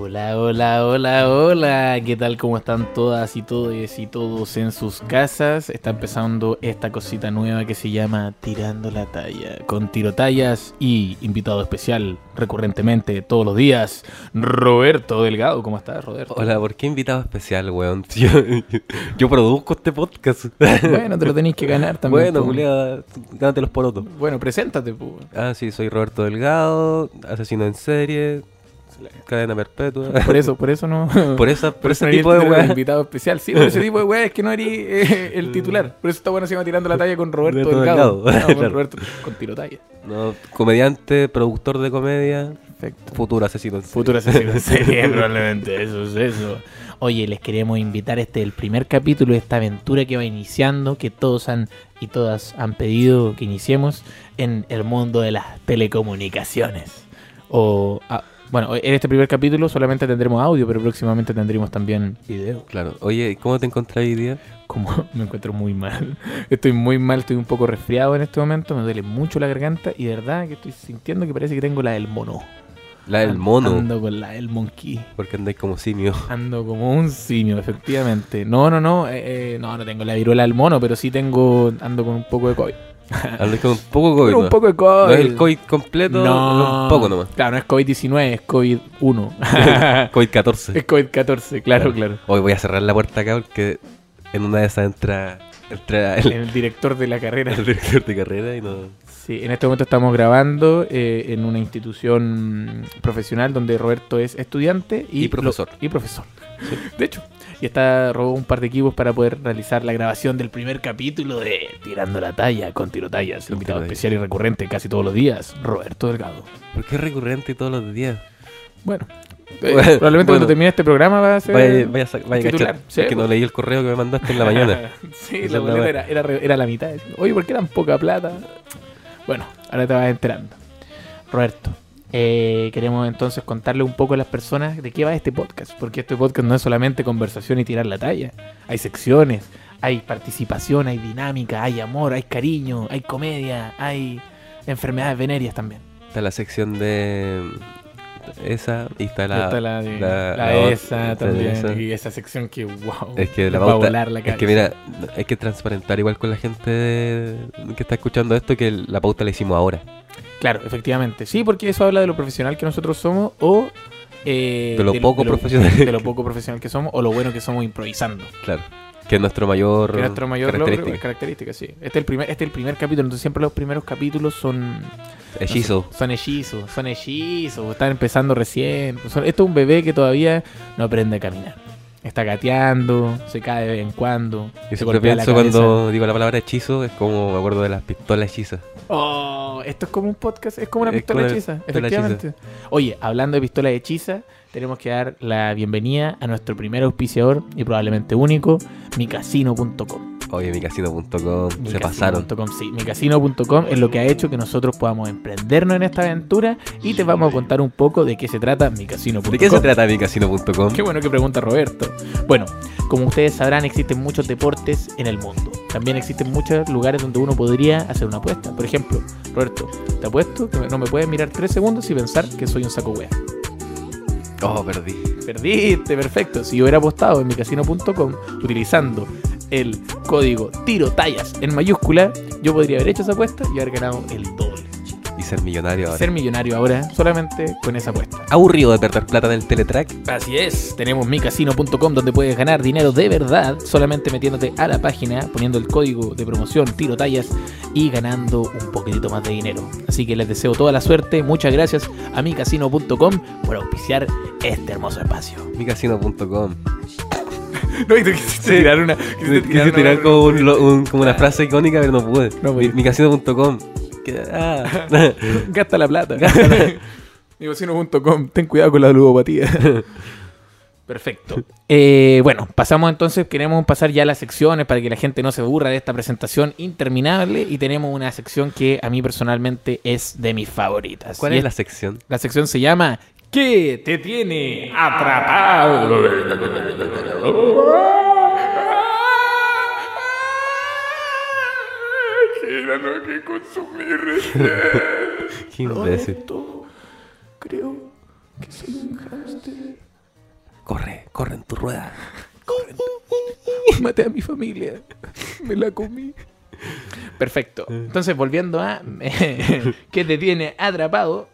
Hola, hola, hola, hola. ¿Qué tal? ¿Cómo están todas y todos y todos en sus casas? Está empezando esta cosita nueva que se llama Tirando la Talla. Con tirotallas y invitado especial recurrentemente todos los días, Roberto Delgado. ¿Cómo estás, Roberto? Hola, ¿por qué invitado especial, weón? Yo, yo produzco este podcast. Bueno, te lo tenéis que ganar también. bueno, po. Julián, gánate los porotos. Bueno, preséntate, po. Ah, sí, soy Roberto Delgado, asesino en serie, cadena perpetua. Por eso, por eso no. Por, esa, por, Por eso ese no tipo eres de titular, weón. invitado especial. Sí, por ese tipo de weá es que no eres el titular. Por eso está bueno se llama Tirando la Talla con Roberto Roberto Delgado. No, Delgado. con Claro. Roberto con Tirotalla. No, comediante, productor de comedia, Perfecto. futuro asesino en serie. Futura asesino en serie, probablemente. Eso es eso. Oye, les queremos invitar. Este es el primer capítulo de esta aventura que va iniciando, que todos han y todas han pedido que iniciemos en el mundo de las telecomunicaciones. O. ah, bueno, en este primer capítulo solamente tendremos audio, pero próximamente tendremos también video. Claro. Oye, ¿y ¿cómo te encontrás hoy día? como me encuentro muy mal. Estoy muy mal, estoy un poco resfriado en este momento, me duele mucho la garganta y de verdad que estoy sintiendo que parece que tengo la del mono. La del An- mono, Ando con la del monkey. porque andáis como simio. Ando como un simio, efectivamente. No, no, no, eh, eh, no, no tengo la viruela del mono, pero sí tengo, ando con un poco de COVID. Andáis con un poco de COVID. Pero ¿no? un poco de COVID. No es el COVID completo, No. un poco nomás. Claro, no es COVID-19, es COVID-1. COVID 14. es COVID-14, claro, claro. Hoy voy a cerrar la puerta acá porque en una de esas entra, entra el, El director de la carrera. el director de carrera y no. Sí, en este momento estamos grabando eh, en una institución mm, profesional donde Roberto es estudiante y, Y profesor. lo- y profesor. De hecho, y está robó un par de equipos para poder realizar la grabación del primer capítulo de Tirando la talla con tirotallas, Con invitado tirotallas. especial y recurrente casi todos los días, Roberto Delgado. ¿Por qué es recurrente todos los días? Bueno, eh, Bueno, probablemente bueno. cuando termine este programa va a ser Vaya, vaya, a sa- vaya a titular, cachar. sí, es que pues. no leí el correo que me mandaste en la mañana. sí, Es la la boleta wea. era, era, re- era la mitad. Oye, ¿por qué tan poca plata? Bueno, ahora te vas enterando. Roberto, eh, queremos entonces contarle un poco a las personas de qué va este podcast. Porque este podcast no es solamente conversación y tirar la talla. Hay secciones, hay participación, hay dinámica, hay amor, hay cariño, hay comedia, hay enfermedades venéreas también. Está la sección de. Esa y está la. Está la, de- la- la la de otra, esa la de también. esa. Y esa sección que, wow. Es que la va a pauta- volar la Es que cabeza. mira, hay que transparentar igual con la gente que está escuchando esto que la pauta la hicimos ahora. Claro, efectivamente. Sí, porque eso habla de lo profesional que nosotros somos o... eh, De lo poco profesional. De lo poco profesional que somos o lo bueno que somos improvisando. Claro. Que es nuestro mayor. Que nuestro mayor logro es característica. característica, sí. Este es, el primer, este es el primer capítulo, entonces siempre los primeros capítulos son... Hechizo. no sé, son hechizos, son hechizos, están empezando recién. Son- esto es un bebé que todavía no aprende a caminar. Está gateando, se cae de vez en cuando. Yo se siempre golpea la pienso cabeza. cuando digo la palabra hechizo, es como me acuerdo de las pistolas hechizas. Oh, esto es como un podcast, es como una Es pistola como una hechiza, pistola efectivamente. Oye, hablando de pistola hechiza, tenemos que dar la bienvenida a nuestro primer auspiciador y probablemente único, micasino.com. Oye, micasino.com, se Micasino.com, pasaron. Sí, micasino.com es lo que ha hecho que nosotros podamos emprendernos en esta aventura y te vamos a contar un poco de qué se trata micasino.com. ¿De qué se trata micasino.com? Qué bueno que pregunta Roberto. Bueno, como ustedes sabrán, existen muchos deportes en el mundo. También existen muchos lugares donde uno podría hacer una apuesta. Por ejemplo, Roberto, te apuesto que no me puedes mirar tres segundos y pensar que soy un saco wea. Oh, perdí. Perdiste, perfecto. Si yo hubiera apostado en micasino.com utilizando el código tiro tallas en mayúscula, yo podría haber hecho esa apuesta y haber ganado el doble. Y ser millonario ahora. Ser millonario ahora solamente con esa apuesta. Aburrido de perder plata en el Teletrack. Así es, tenemos micasino.com donde puedes ganar dinero de verdad solamente metiéndote a la página, poniendo el código de promoción tiro tallas y ganando un poquitito más de dinero. Así que les deseo toda la suerte, muchas gracias a micasino.com por auspiciar este hermoso espacio. Micasino.com. No, y tú quisiste tirar una... Quise tirar, como, un lo- un- como una frase icónica, pero no pude. No pude. Mi- Micasino.com. Que- ah. Gasta la plata. Micasino.com, ten cuidado con la ludopatía. Perfecto. Eh, bueno, pasamos entonces, queremos pasar ya a las secciones para que la gente no se aburra de esta presentación interminable y tenemos una sección que a mí personalmente es de mis favoritas. ¿Cuál Y es la sección? la sección se llama ¿Qué te tiene atrapado? Qué imbécil. Creo que soy un hámster Corre, corre en tu rueda. Maté a mi familia. Me la comí. Eh. Perfecto. Entonces, volviendo a que te tiene atrapado,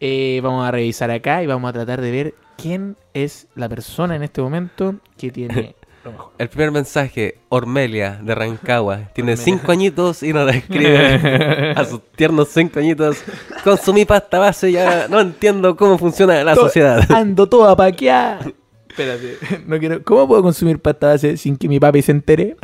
eh, vamos a revisar acá y vamos a tratar de ver quién es la persona en este momento que tiene lo mejor. El primer mensaje, Ormelia de Rancagua. Tiene Ormelia. cinco añitos y nos describe a sus tiernos cinco añitos. Consumí pasta base y ahora no entiendo cómo funciona la Todo- sociedad. Ando toda paqueada. Espérate, no quiero. ¿Cómo puedo consumir pasta base sin que mi papi se entere?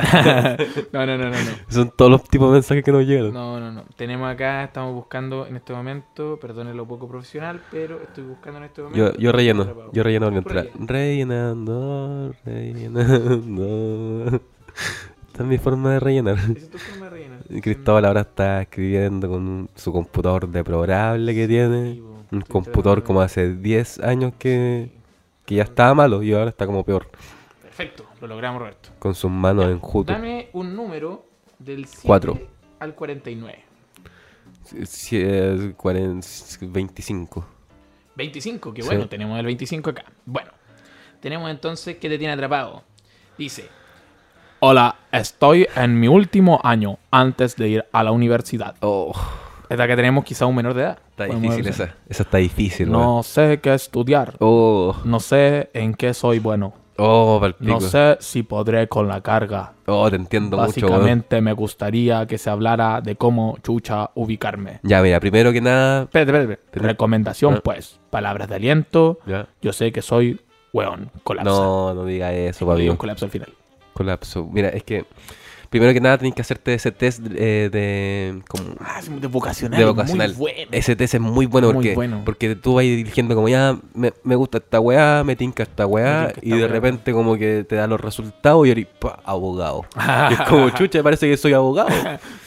no, no, no, no, no. Son todos los tipos de mensajes que nos llegan. No, no, no. Tenemos acá, estamos buscando en este momento, perdone lo poco profesional, pero estoy buscando en este Yo, momento. yo relleno, yo relleno Tú mientras. rellena. Rellenando, rellenando. Esta es mi forma de rellenar. Esa es tu forma de rellenar. Y Cristóbal ahora está escribiendo con su computador deplorable que Sí, tiene. bo. Un Estoy computador tratando- como hace 10 años que, Sí. que ya estaba malo y ahora está como peor. Perfecto, lo logramos, Roberto. Con sus manos enjutas. Dame un número del 7 Cuatro. al 49. Sí, eh, cuaren- 25. 25, que Sí. bueno, tenemos el 25 acá. Bueno, tenemos entonces que te tiene atrapado. Dice, hola, estoy en mi último año antes de ir a la universidad. Oh, Esta que tenemos quizá un menor de edad. está Podemos difícil ver- esa. Esa está difícil, weón. No sé qué estudiar. Oh, No sé en qué soy bueno. oh, palpico. No sé si podré con la carga. Oh, te entiendo mucho, weón. Básicamente me gustaría que se hablara de cómo chucha ubicarme. Ya, mira, primero que nada. Espérate, espérate, espérate. Pero- Recomendación, Ah. pues. Palabras de aliento. Ya. Yo sé que soy weón. Colapsa. No, no diga eso, Y papi. un colapso al final. Colapso. Mira, es que. Primero que nada, tenés que hacerte ese test eh, de. como- Ah, es de vocacional. de vocacional. Muy bueno. Ese test es muy bueno Muy porque, bueno. porque tú vas dirigiendo como ya me, me gusta esta weá, me tinca esta Me weá tinca esta y de weá. repente como que te da los resultados y eres pa, abogado. Y es como chucha, parece que soy abogado.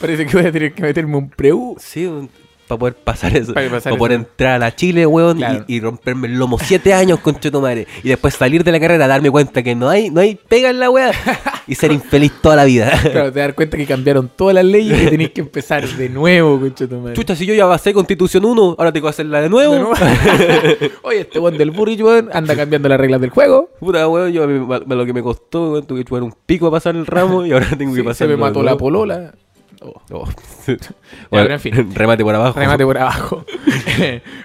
Parece que voy a tener que meterme un preu. sí, para poder pasar eso. Para Para, pasar poder eso. entrar a la Chile, weón, y- Claro. y, romperme el lomo siete años con madre. Y después salir de la carrera, darme cuenta que no hay, no hay pega en la weá y ser infeliz toda la vida. Claro, te das cuenta que cambiaron todas las leyes y que tenés que empezar de nuevo, concha tu madre. Chucha, si yo ya basé Constitución 1, ahora tengo que hacerla de De nuevo. nuevo. Oye, este weón del Burrich, weón, anda cambiando las reglas del juego. Puta, weón, yo me- me- lo que me costó, weón, tuve que chupar un pico a pasar el ramo y ahora tengo Sí, que se pasar. me mató la polola. Oh. pero en fin. Remate por abajo. Remate por abajo.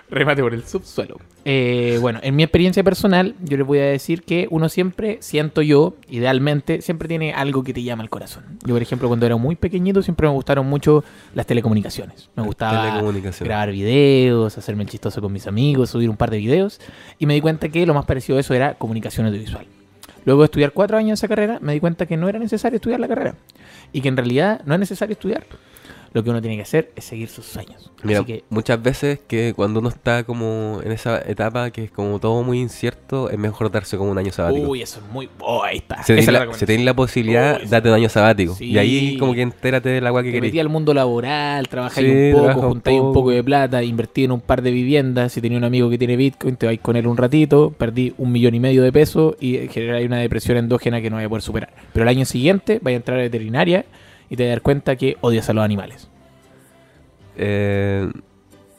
Remate por el subsuelo. Eh, bueno, en mi experiencia personal, yo les voy a decir que uno siempre, siento yo, idealmente, siempre tiene algo que te llama al corazón. Yo, por ejemplo, cuando era muy pequeñito, siempre me gustaron mucho las telecomunicaciones. Me gustaba Telecomunicación. grabar videos, hacerme el chistoso con mis amigos, subir un par de videos. Y me di cuenta que lo más parecido a eso era comunicación audiovisual. Luego de estudiar cuatro años en esa carrera, me di cuenta que no era necesario estudiar la carrera. Y que en realidad no es necesario estudiar. Lo que uno tiene que hacer es seguir sus sueños. Mira, Así que, muchas veces que cuando uno está como en esa etapa que es como todo muy incierto, es mejor darse como un año sabático. uy, eso es muy. Oh, ahí está. si Esa es tenéis la la, si recomendación. tenéis la posibilidad, Uy, eso- date un año sabático. Sí. Y ahí como que entérate de la weá que Te metí querís. al mundo laboral, trabajáis Sí, un poco, trabaja un juntáis un poco. poco de plata, invertí en un par de viviendas. Si tenía un amigo que tiene Bitcoin, te vais con él un ratito, perdí un millón y medio de pesos y eh, generáis una depresión endógena que no voy a poder superar. Pero el año siguiente vais a entrar a veterinaria y te vas a dar cuenta que odias a los animales. Eh,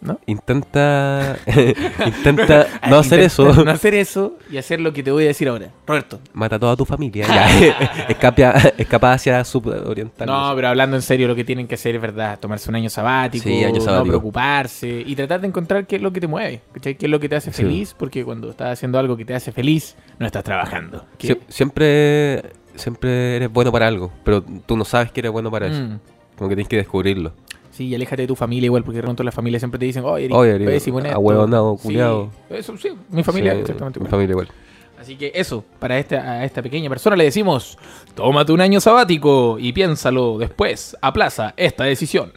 ¿No? Intenta. intenta Ah, no hacer intenta eso. No hacer eso y hacer lo que te voy a decir ahora. Roberto. Mata a toda tu familia. ya. Escapia- escapa hacia sudoriental. No, pero hablando en serio, lo que tienen que hacer es verdad, tomarse un año sabático, Sí, año no sabático. preocuparse y tratar de encontrar qué es lo que te mueve, ¿cachai? qué es lo que te hace Sí. feliz, porque cuando estás haciendo algo que te hace feliz, no estás trabajando. ¿Qué? Sie- siempre, siempre eres bueno para algo, pero tú no sabes que eres bueno para eso. Mm. Como que tienes que descubrirlo. Sí, y aléjate de tu familia igual, porque de pronto la familia siempre te dicen, oye, eres Oye, eres pésimo en esto". ahueonado, Sí, culiao. eso sí, mi familia, Sí, exactamente Mi igual. familia igual. Así que eso, para esta, a esta pequeña persona le decimos, tómate un año sabático y piénsalo después, aplaza esta decisión.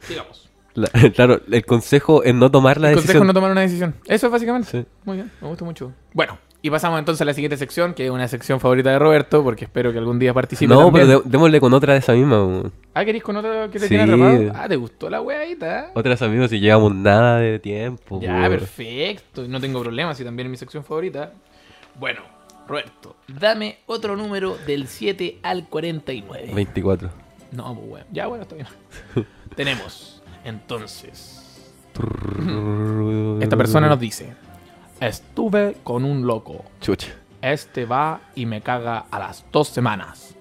Sigamos. La- claro, el consejo es no tomar la El consejo decisión. no tomar una decisión. Eso es básicamente. Sí. Muy bien, me gusta mucho. Bueno, y pasamos entonces a la siguiente sección, que es una sección favorita de Roberto, porque espero que algún día participe. No, también. pero dé- démosle con otra de esa misma. weón. Ah, ¿querés con otro que te Sí. tiene atrapado? Ah, ¿te gustó la weadita? Otra de esas mismas si llevamos nada de tiempo. Ya, weón. perfecto. No tengo problemas, y también es mi sección favorita. Bueno, Roberto, dame otro número del 7 al 49. 24. No, pues bueno. Ya, bueno, está bien. Tenemos, entonces... Esta persona nos dice, estuve con un loco. Chucha. Este va y me caga a las dos semanas.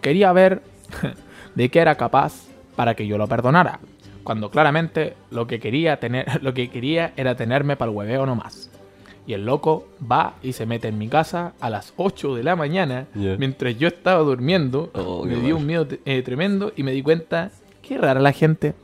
Quería ver de qué era capaz para que yo lo perdonara. Cuando claramente lo que quería, tener, lo que quería era tenerme para el hueveo nomás. Y el loco va y se mete en mi casa a las 8 de la mañana Ya. mientras yo estaba durmiendo. Oh, me qué dio mal. un miedo eh, tremendo y me di cuenta, qué rara la gente.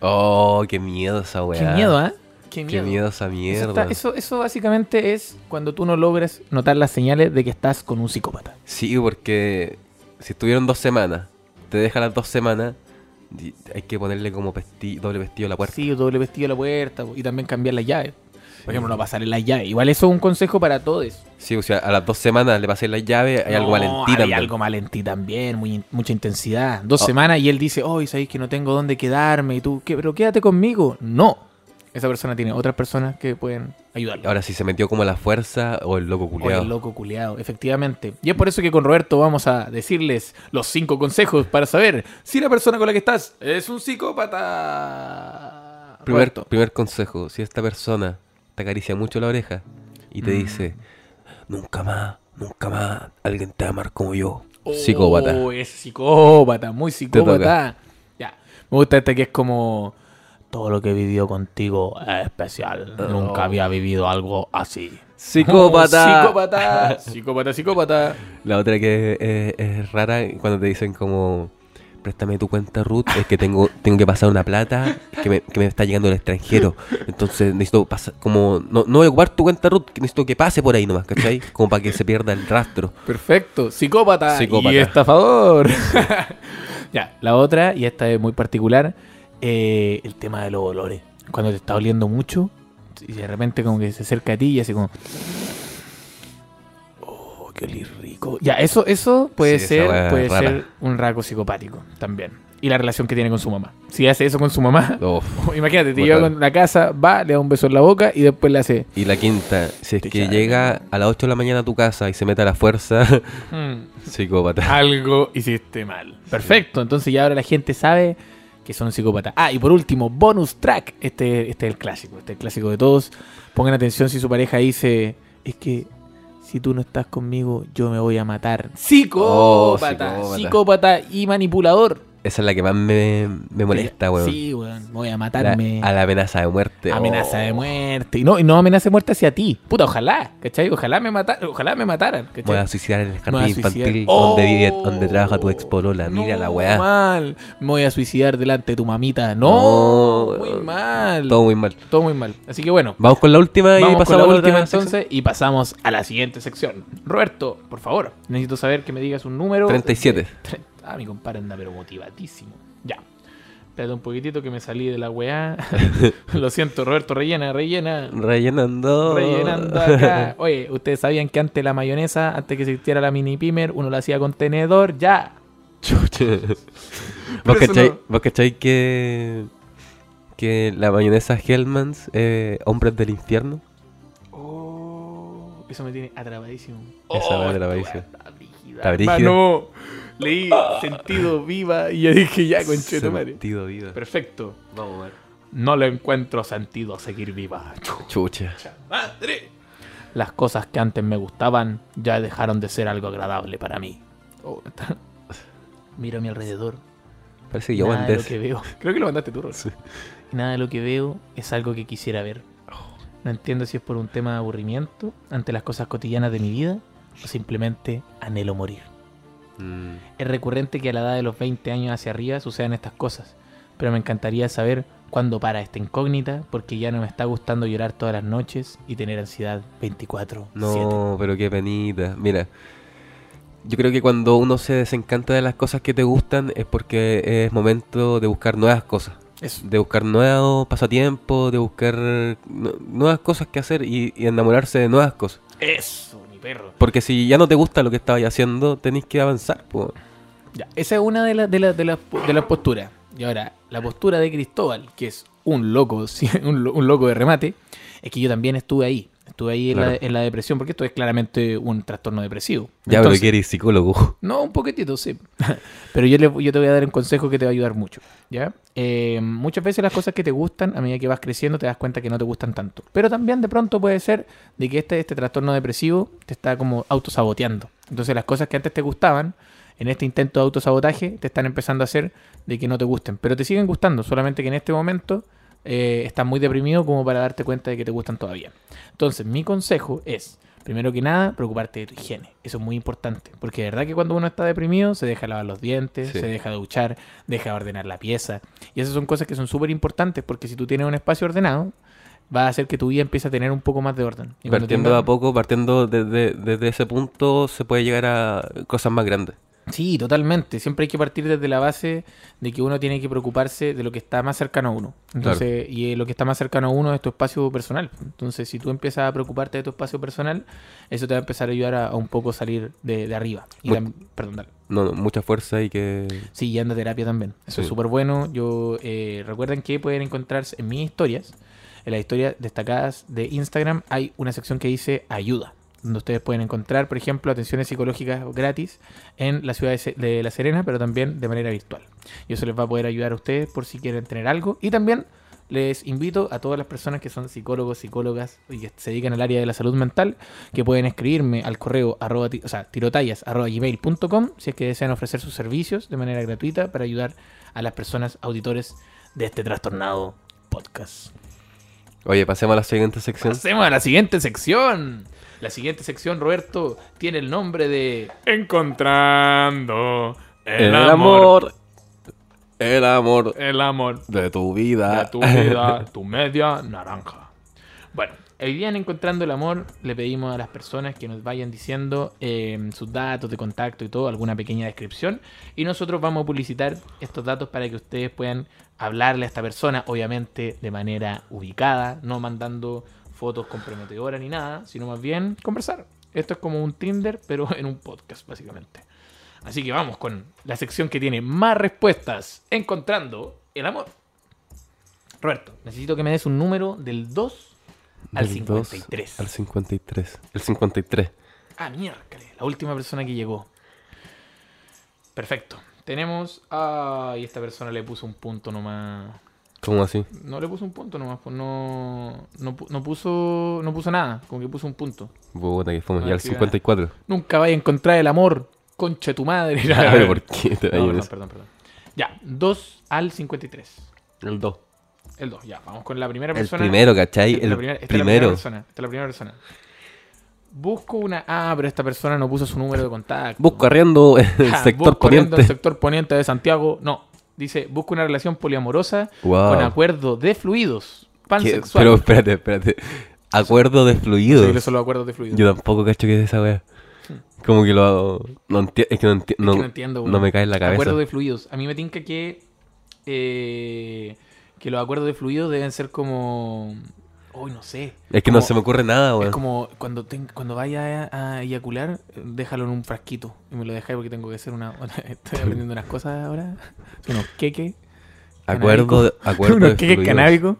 Oh, qué miedo esa weá. Qué miedo, ¿eh? Qué miedo esa mierda. Eso, está- eso, eso básicamente es cuando tú no logras notar las señales de que estás con un psicópata. Sí, porque si estuvieron dos semanas, te deja las dos semanas, y hay que ponerle como pesti- doble vestido a la puerta. Sí, doble vestido a la puerta po, y también cambiar las llaves. Por Mm. ejemplo, no pasar las llaves. Igual eso es un consejo para todos. Sí, o sea, a las dos semanas le pasé la llave, hay algo No, valentí Hay también. algo mal en ti también, muy in- mucha intensidad. Dos Oh. semanas y él dice, hoy sabéis que no tengo dónde quedarme y tú, ¿qué? pero quédate conmigo. No. Esa persona tiene otras personas que pueden ayudarlo. Ahora sí se metió como la fuerza o el loco O el culiado. loco culiado, efectivamente. Y es por eso que con Roberto vamos a decirles los cinco consejos para saber si la persona con la que estás es un psicópata. Primer, Roberto. primer consejo, si esta persona te acaricia mucho la oreja y Mm. te dice, nunca más, nunca más alguien te va a amar como yo. Psicópata. Oh, es psicópata, muy toca. psicópata. Ya. Me gusta este que es como todo lo que he vivido contigo es especial. Nunca había vivido algo así. Oh. Psicópata. psicópata, psicópata, psicópata. La otra que eh, es, rara cuando te dicen como préstame tu cuenta Ruth, es que tengo, tengo que pasar una plata que me, que me está llegando del extranjero. Entonces necesito pasar, como, no, no voy a ocupar tu cuenta Ruth, que necesito que pase por ahí nomás, ¿cachai? Como para que se pierda el rastro. Perfecto, psicópata, Psicópata. y estafador. ya, la otra, y esta es muy particular, eh, el tema de los olores. Cuando te está oliendo mucho y de repente como que se acerca a ti y así como... Oh, qué olir rico. Ya, eso, eso puede Sí, esa ser, weá puede rara. ser un rasgo psicopático también. Y la relación que tiene con su mamá. Si hace eso con su mamá, Uf. imagínate, te Muy lleva raro. con la casa, va, le da un beso en la boca y después le hace... Y la quinta, si es Te que echaron. llega a las 8 de la mañana a tu casa y se mete a la fuerza, "Mm, psicópata. Algo hiciste mal. Perfecto, entonces ya ahora la gente sabe que son psicópatas. Ah, y por último, bonus track. Este, este es el clásico, este es el clásico de todos. Pongan atención si su pareja dice, es que si tú no estás conmigo, yo me voy a matar. Oh, Psicópata, psicópata. psicópata y manipulador. Esa es la que más me, me molesta, weón. Sí, weón, me voy a La- matarme. a la amenaza de muerte. Amenaza de Oh. muerte. Y no, y no amenaza de muerte hacia ti. Puta, ojalá, ¿cachai? Ojalá me mataran, ojalá me mataran, Me voy ¿cachai? a suicidar en el Me voy a jardín infantil suicidar. ¡Oh! donde vive, donde trabaja tu ex polola. Mira la No, weá. mal. Me voy a suicidar delante de tu mamita. No, No, muy mal. Todo Todo, muy mal. muy mal. Así que bueno, Vamos con la última y vamos con pasamos la a última otra sección. entonces y pasamos a la siguiente sección. Roberto, por favor, necesito saber que me digas un número. 37. Tre- Ah, mi compadre anda pero motivadísimo. Ya. Espérate un poquitito que me salí de la weá. Lo siento, Roberto, rellena, rellena. Rellenando. Rellenando acá. Oye, ustedes sabían que antes la mayonesa, antes que existiera la mini pimer, uno la hacía con tenedor, ya. Chucha. ¿Vos Pero eso cachai, no- vos cachai que, que la mayonesa Hellman's, eh, Hombres del Infierno? Oh, eso me tiene atrapadísimo. Esa Oh, me esta atrapadísimo. weá Está brígida. Está brígida. Mano, leí sentido viva y ya dije ya, conchetumare. Sentido vida. Perfecto. Vamos a ver. No le encuentro sentido a seguir viva. Chucha. Chucha madre. Las cosas que antes me gustaban ya dejaron de ser algo agradable para mí. Oh, está- Miro a mi alrededor. Parece que yo Nada de mandé. lo que veo. Creo que lo mandaste tú, Rol. Sí. Y Nada de lo que veo es algo que quisiera ver. No entiendo si es por un tema de aburrimiento ante las cosas cotidianas de mi vida o simplemente anhelo morir. Mm. Es recurrente que a la edad de los 20 años hacia arriba sucedan estas cosas, pero me encantaría saber cuándo para esta incógnita porque ya no me está gustando llorar todas las noches y tener ansiedad 24/7. No, pero qué penita. Mira, yo creo que cuando uno se desencanta de las cosas que te gustan es porque es momento de buscar nuevas cosas, Eso. de buscar nuevos pasatiempos, de buscar nu- nuevas cosas que hacer y, y enamorarse de nuevas cosas. Eso, mi perro. Porque si ya no te gusta lo que estabas haciendo, tenés que avanzar. po. Ya, esa es una de, las de, las- de las de las posturas. Y ahora, la postura de Cristóbal, que es un loco, sí, un, lo- un loco de remate, es que yo también estuve ahí. Estuve ahí en, Claro. la, en la depresión, porque esto es claramente un trastorno depresivo. Ya, Entonces- pero que eres psicólogo. No, un poquitito, sí. Pero yo, le- yo te voy a dar un consejo que te va a ayudar mucho. ¿ya? Eh, muchas veces las cosas que te gustan, a medida que vas creciendo, te das cuenta que no te gustan tanto. Pero también de pronto puede ser de que este, este trastorno depresivo te está como autosaboteando. Entonces las cosas que antes te gustaban, en este intento de autosabotaje, te están empezando a hacer de que no te gusten. Pero te siguen gustando, solamente que en este momento eh, estás muy deprimido como para darte cuenta de que te gustan todavía. Entonces, mi consejo es, primero que nada, preocuparte de tu higiene. Eso es muy importante. Porque de verdad que cuando uno está deprimido, se deja lavar los dientes, Sí. se deja duchar, deja de ordenar la pieza. Y esas son cosas que son súper importantes porque si tú tienes un espacio ordenado, va a hacer que tu vida empiece a tener un poco más de orden. Y cuando Partiendo tenga- de a poco, partiendo desde, desde ese punto, se puede llegar a cosas más grandes. Sí, totalmente. Siempre hay que partir desde la base de que uno tiene que preocuparse de lo que está más cercano a uno. Entonces, y eh, lo que está más cercano a uno es tu espacio personal. Entonces, si tú empiezas a preocuparte de tu espacio personal, eso te va a empezar a ayudar a, a un poco salir de, de arriba. Y Muy- tam- perdón, dale. No, no, mucha fuerza y que... Sí, y anda a terapia también. Eso es Sí. súper bueno. Yo eh, recuerden que pueden encontrarse en mis historias, en las historias destacadas de Instagram, hay una sección que dice ayuda, donde ustedes pueden encontrar, por ejemplo, atenciones psicológicas gratis en la ciudad de Se- de La Serena, pero también de manera virtual. Y eso les va a poder ayudar a ustedes por si quieren tener algo. Y también les invito a todas las personas que son psicólogos, psicólogas y que se dedican al área de la salud mental, que pueden escribirme al correo arroba, ti- o sea, tirotallas arroba gmail.com si es que desean ofrecer sus servicios de manera gratuita para ayudar a las personas auditores de este trastornado podcast. Oye, pasemos a la siguiente sección. Pasemos a la siguiente sección. La siguiente sección, Roberto, tiene el nombre de Encontrando el, El amor, amor. El amor el amor de tu vida. de tu vida, tu media naranja. Bueno, hoy día en Encontrando el Amor le pedimos a las personas que nos vayan diciendo eh, sus datos de contacto y todo, alguna pequeña descripción. Y nosotros vamos a publicitar estos datos para que ustedes puedan hablarle a esta persona, obviamente de manera ubicada, no mandando fotos comprometedoras ni nada, sino más bien conversar. Esto es como un Tinder, pero en un podcast, básicamente. Así que vamos con la sección que tiene más respuestas, encontrando el amor. Roberto, necesito que me des un número del 2 al Del dos 53. Al 53. El 53. Ah, miércoles, la última persona que llegó. Perfecto. Tenemos. Ay, esta persona le puso un punto nomás. ¿Cómo así? No le puso un punto nomás, pues no, no, pu- no puso no puso nada, como que puso un punto. Puta, que fome. Ah, Ya al sí, gana. 54. Nunca vaya a encontrar el amor, concha de tu madre. Ah, pero ¿por qué te No, dañan perdón, eso? perdón, perdón. Ya, 2 al 53. El 2. El 2, ya, vamos con la primera El persona. primero, ¿cachai? Esta es El la primera- esta es la primera primero. persona, esta es la primera persona. Busco una. Ah, pero esta persona no puso su número de contacto. Busco arriendo en el Ah, sector busco arriendo en poniente. el sector poniente de Santiago. No. Dice, busco una relación poliamorosa Wow. con acuerdo de fluidos. ¿Qué? Pansexual. Pero espérate, espérate. Acuerdo de Sí, le fluidos. son los acuerdos de fluidos. Yo tampoco cacho que es esa wea. Como que lo hago. No enti- Es que no enti- Hmm. Es que no no- entiendo, No me cae en la cabeza. Acuerdos de fluidos. A mí me tinca que. eh, que los acuerdos de fluidos deben ser como. Uy, no sé. Es que no Como- se me ocurre nada, Es weón. como cuando ten- cuando vaya a, a eyacular, eh, déjalo en un frasquito. Y me lo dejáis porque tengo que hacer una. Estoy aprendiendo unas cosas ahora. Son unos queques. Acuerdo, de- acuerdo unos de queques fluidos. canábicos.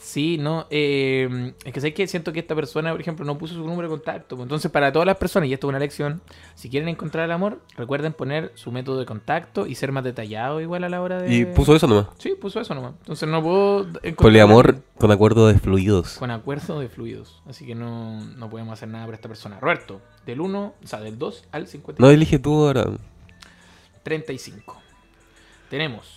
Sí, no. eh, es que sé que siento que esta persona, por ejemplo, no puso su número de contacto. pues, Entonces, para todas las personas, y esto es una lección, si quieren encontrar el amor, recuerden poner su método de contacto y ser más detallado igual a la hora de. Y puso eso nomás. Sí, puso eso nomás. Entonces, no puedo. encontrar- Poliamor con acuerdo de fluidos. con acuerdo de fluidos. Así que no, no podemos hacer nada por esta persona. Roberto, del 1, o sea, del 2 al 50, No elige tú ahora. 35. Tenemos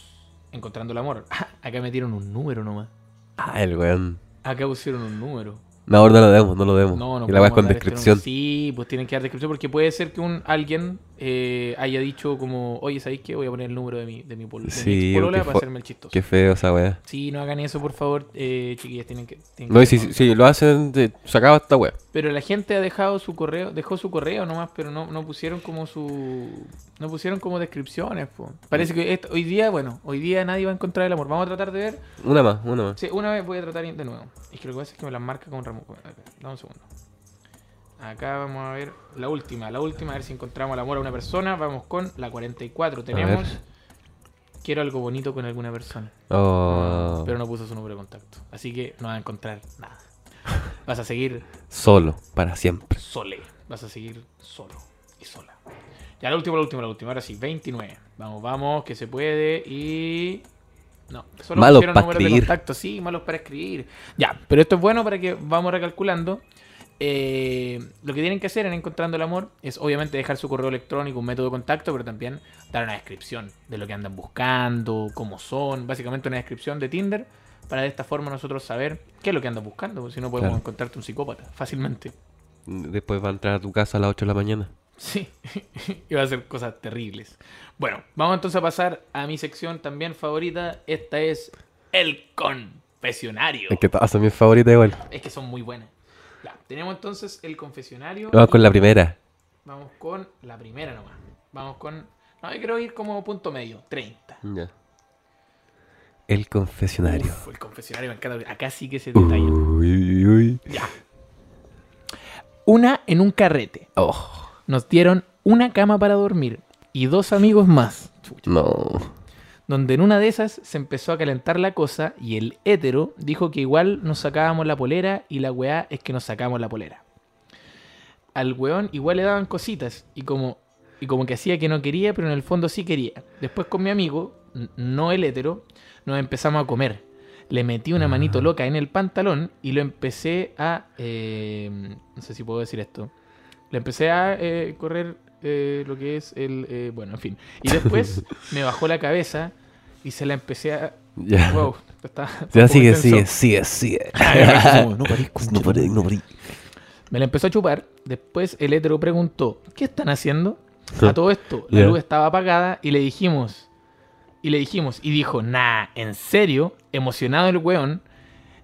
Encontrando el amor. Ah, acá metieron un número nomás. Ah, el weón. Acá pusieron un número. No, ahora no lo demos, no lo demos. No, no Oh, y la weá es podemos con dar este descripción. número. sí, pues tienen que dar descripción porque puede ser que un alguien eh, haya dicho como, oye, ¿sabéis qué? Voy a poner el número de mi, de mi, pol- de mi Sí, polola qué para fo- hacerme el chistoso. Qué feo esa weá. Sí, no hagan eso, por favor, eh, chiquillas, tienen que... tienen No, que y si, si, si lo hacen, te- se acaba esta weá. Pero la gente ha dejado su correo, dejó su correo nomás, pero no, no pusieron como su. No pusieron como descripciones, po. Parece que esto- hoy día, bueno, hoy día nadie va a encontrar el amor. Vamos a tratar de ver. Una más, una más. Sí, una vez voy a tratar de nuevo. Es que lo que pasa es que me las marca con Ramón. Dame un segundo. Acá vamos a ver la última, la última, a ver si encontramos el amor a una persona. Vamos con la 44. Tenemos. ver. Quiero algo bonito con alguna persona. Oh. Pero no puso su número de contacto. Así que no va a encontrar nada. Vas a seguir Solo, para siempre. sole. Vas a seguir solo y sola. Ya la última, la última, la última. Ahora sí, 29. Vamos, vamos, que se puede. Y. No, solo Malos pusieron para números de escribir. contacto, sí, malos para escribir. Ya, pero esto es bueno para que vamos recalculando. Eh, lo que tienen que hacer en Encontrando el Amor es obviamente dejar su correo electrónico, un método de contacto, pero también dar una descripción de lo que andan buscando, cómo son, básicamente una descripción de Tinder, para de esta forma nosotros saber qué es lo que andan buscando, porque si no podemos Claro. encontrarte un psicópata fácilmente. Después va a entrar a tu casa a las 8 de la mañana. Sí, iba a hacer cosas terribles. Bueno, vamos entonces a pasar a mi sección también favorita. Esta es el confesionario. Es que todas son mis favoritas igual. Es que son muy buenas. Ya, tenemos entonces el confesionario. Vamos con la primera. Vamos con la primera nomás. Vamos con... No, yo quiero ir como punto medio, 30. El confesionario. Uf, el confesionario me encanta. Acá sí que se Uy, detalla. uy, uy. Ya. Una en un carrete. Oh, Nos dieron una cama para dormir y dos amigos más. Chucha. no. donde en una de esas se empezó a calentar la cosa y el hétero dijo que igual nos sacábamos la polera y la weá es que nos sacábamos la polera. Al weón igual le daban cositas y como, y como que hacía que no quería, pero en el fondo sí quería. Después con mi amigo, n- no el hétero, nos empezamos a comer. Le metí una manito loca en el pantalón y lo empecé a... eh, no sé si puedo decir esto. Le empecé a eh, correr eh, lo que es el... eh, bueno, en fin. Y después me bajó la cabeza y se la empecé a... Ya. Wow, está... está un Ya poco sigue, intenso. Ah, sigue, sigue, sigue. No parís, concha. No parí, no parí. Me la empezó a chupar. Después el hétero preguntó, ¿qué están haciendo? A todo esto, la Ya. luz estaba apagada y le dijimos, y le dijimos, y dijo, nah, ¿en serio? Emocionado el weón.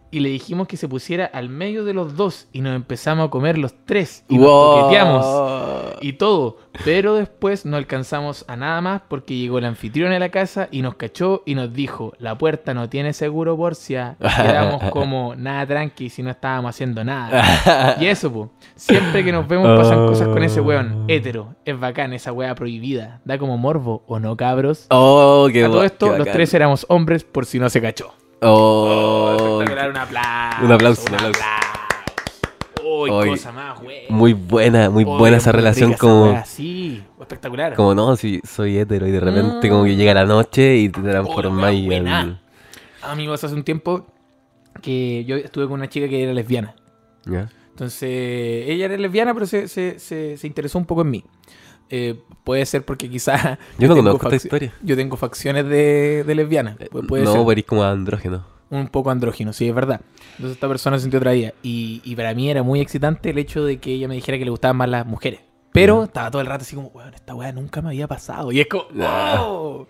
Y le dijimos que se pusiera al medio de los dos y nos empezamos a comer los tres. Y nos Wow. toqueteamos y todo. Pero después no alcanzamos a nada más porque llegó el anfitrión a la casa y nos cachó y nos dijo, la puerta no tiene seguro, Borcia. Y éramos como, nada tranqui si no estábamos haciendo nada. Y eso, po. Siempre que nos vemos pasan cosas con ese Oh. weón. Hétero. Es bacán esa wea prohibida. Da como morbo, ¿o no, cabros? Oh, qué a todo bu- esto, qué los bacán. tres éramos hombres por si no se cachó. Oh, Espectacular, un aplauso. Un aplauso, Un un aplauso. aplauso. Uy, Oy, cosa más, güey. muy buena, muy Oy, buena esa muy relación Oh, rica esa como, wea, Sí, espectacular. como no, si soy hetero y de repente Mm. como que llega la noche y te Hola, transformáis buena. en... Amigos, hace un tiempo que yo estuve con una chica que era lesbiana. ¿Ya? Entonces, ella era lesbiana, pero se, se- se- se interesó un poco en mí. Eh, puede ser porque quizás. Yo tengo no conozco esta faccio- historia. Eh, Yo tengo facciones de, de lesbiana. Pu- Puede no, ser parís como andrógeno. un poco andrógino, sí, es verdad. Entonces, esta persona se sintió atraída. Y, y para mí era muy excitante el hecho de que ella me dijera que le gustaban más las mujeres. Pero Ya. estaba todo el rato así como, weón, esta weá nunca me había pasado. Y es como, Ya. ¡wow!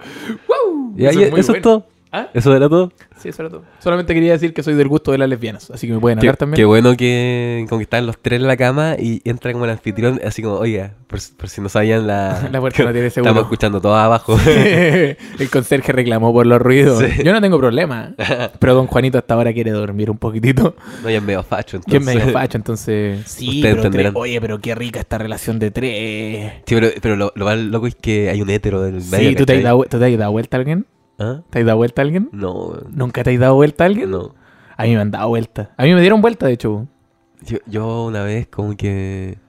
¡Wow! Ya, Eso ya, es muy eso es bueno. todo. ¿Ah? Eso era todo. Sí, eso era todo. Solamente quería decir que soy del gusto de las lesbianas, así que me pueden Qué, hablar también. qué bueno que como que están los tres en la cama y entra como el anfitrión así como, oiga, por, si- por si no sabían la... La puerta no tiene seguro. Estamos escuchando todo abajo. El conserje reclamó por los ruidos. Sí. Yo no tengo problema, ¿eh? pero don Juanito hasta ahora quiere dormir un poquitito. no, ya es medio facho, Yo entonces. es medio facho, entonces. Sí, Ustedes pero tres- entenderán. oye, pero qué rica esta relación de tres. Sí, pero, pero lo, lo más loco es que hay un hétero del medio, Sí, ¿tú te, has ¿cachai? dado, tú te has dado vuelta a alguien? ¿Ah? ¿Te has dado vuelta a alguien? No, weón. ¿Nunca te has dado vuelta a alguien? no. A mí me han dado vuelta. A mí me dieron vuelta, de hecho. Yo, yo una vez como que...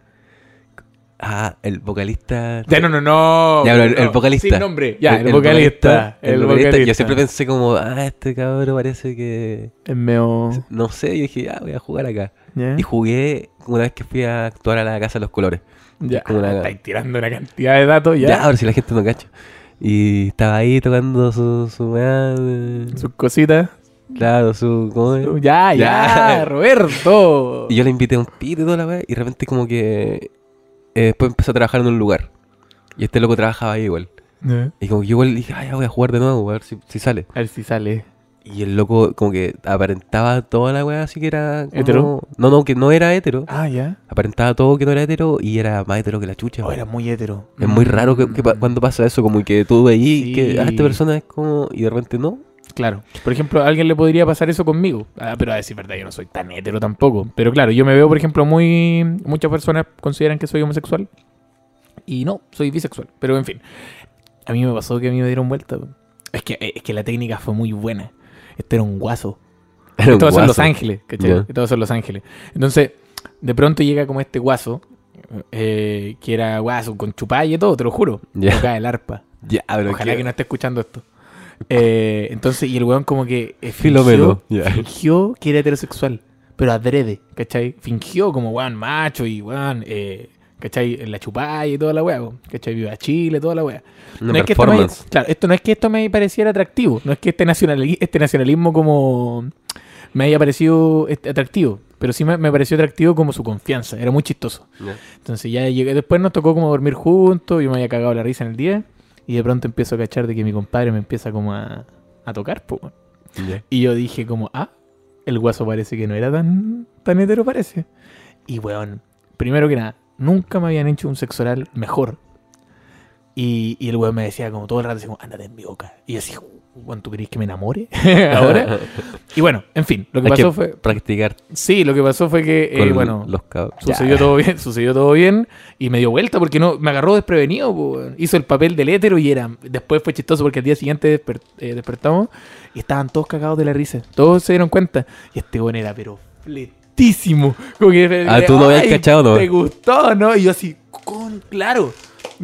Ah, el vocalista... Ya, no, no, no. Ya, pero el- no. el vocalista. Sin nombre. Ya, el, vocalista. El, vocalista. Yo siempre pensé como, ah, este cabrón parece que... Es medio- No sé, yo dije, ah, voy a jugar acá. ¿Ya? Y jugué una vez que fui a actuar a la Casa de los Colores. Ya, como una- estáis tirando una cantidad de datos Ya, ya. ahora si la gente no cacha. Y estaba ahí tocando su... su, weá, eh, Sus cositas. claro, su... ¿cómo es? Ya, ya, Ya. Roberto. Y yo le invité a un pito y toda la vez y de repente como que... eh, después empezó a trabajar en un lugar. Y este loco trabajaba ahí igual. Ya. Y como que yo igual dije, ah, ya voy a jugar de nuevo, a ver si, si sale. A ver si sale. Y el loco como que aparentaba toda la weá así que era... como- ¿Hetero? No, no, que no era hetero. Ah, ya. Aparentaba todo que no era hetero y era más hetero que la chucha. Oh, weón. era muy hétero. Es muy raro que, que pa- Mm. cuando pasa eso, como que tú veí Sí. que a esta persona es como... Y de repente no. Claro. Por ejemplo, a alguien le podría pasar eso conmigo. Ah, pero a decir verdad, yo no soy tan hétero tampoco. Pero claro, yo me veo, por ejemplo, muy. Muchas personas consideran que soy homosexual. Y no, soy bisexual. Pero en fin. A mí me pasó que a mí me dieron vuelta. Es que, es que la técnica fue muy buena. Este era un guaso. Era un Esto pasó en Los guaso. Ángeles, ¿cachai? Ya. Esto pasó en Los Ángeles. Entonces, de pronto llega como este guaso, eh, que era guaso con chupalla y todo, te lo juro. Ya. Tocaba el arpa. Ya, pero Ojalá qué- que no esté escuchando esto. Eh, entonces, y el weón como que eh, Filomeno, fingió, ya. fingió que era heterosexual, pero adrede, ¿cachai? Fingió como weón macho y weón, eh, ¿cachai? La chupalla y toda la weá, weón, ¿cachai? Viva Chile, toda la weá. Una No es que esto me- performance. claro, esto no es que esto me pareciera atractivo, no es que este, nacionali- este nacionalismo como me haya parecido este, atractivo, pero sí me, me pareció atractivo como su confianza, era muy chistoso. Ya. Entonces ya llegué, después nos tocó como dormir juntos, yo me había cagado la risa en el día y de pronto empiezo a cachar de que mi compadre me empieza como a, a tocar, po, weón. Ya. y yo dije como, ah, el guaso parece que no era tan, tan hetero parece. Y weón, primero que nada, nunca me habían hecho un sexo oral mejor. Y, y el weón me decía como todo el rato, así como, ándate en mi boca. Y yo así, weón, ¿tú crees que me enamore ahora? y bueno, en fin, lo que Hay que pasó fue... practicar Sí, lo que pasó fue que, eh, con bueno... los cabros. Sucedió todo bien, sucedió todo bien y me dio vuelta porque no me agarró desprevenido, po, weón. hizo el papel del hétero y era después fue chistoso porque al día siguiente desper- eh, despertamos y estaban todos cagados de la risa, todos se dieron cuenta y este bon era pero fletísimo. Como que- Ah, tú no habías "Ay, cachado, ¿no?" Te gustó, ¿no? Y yo así, con claro.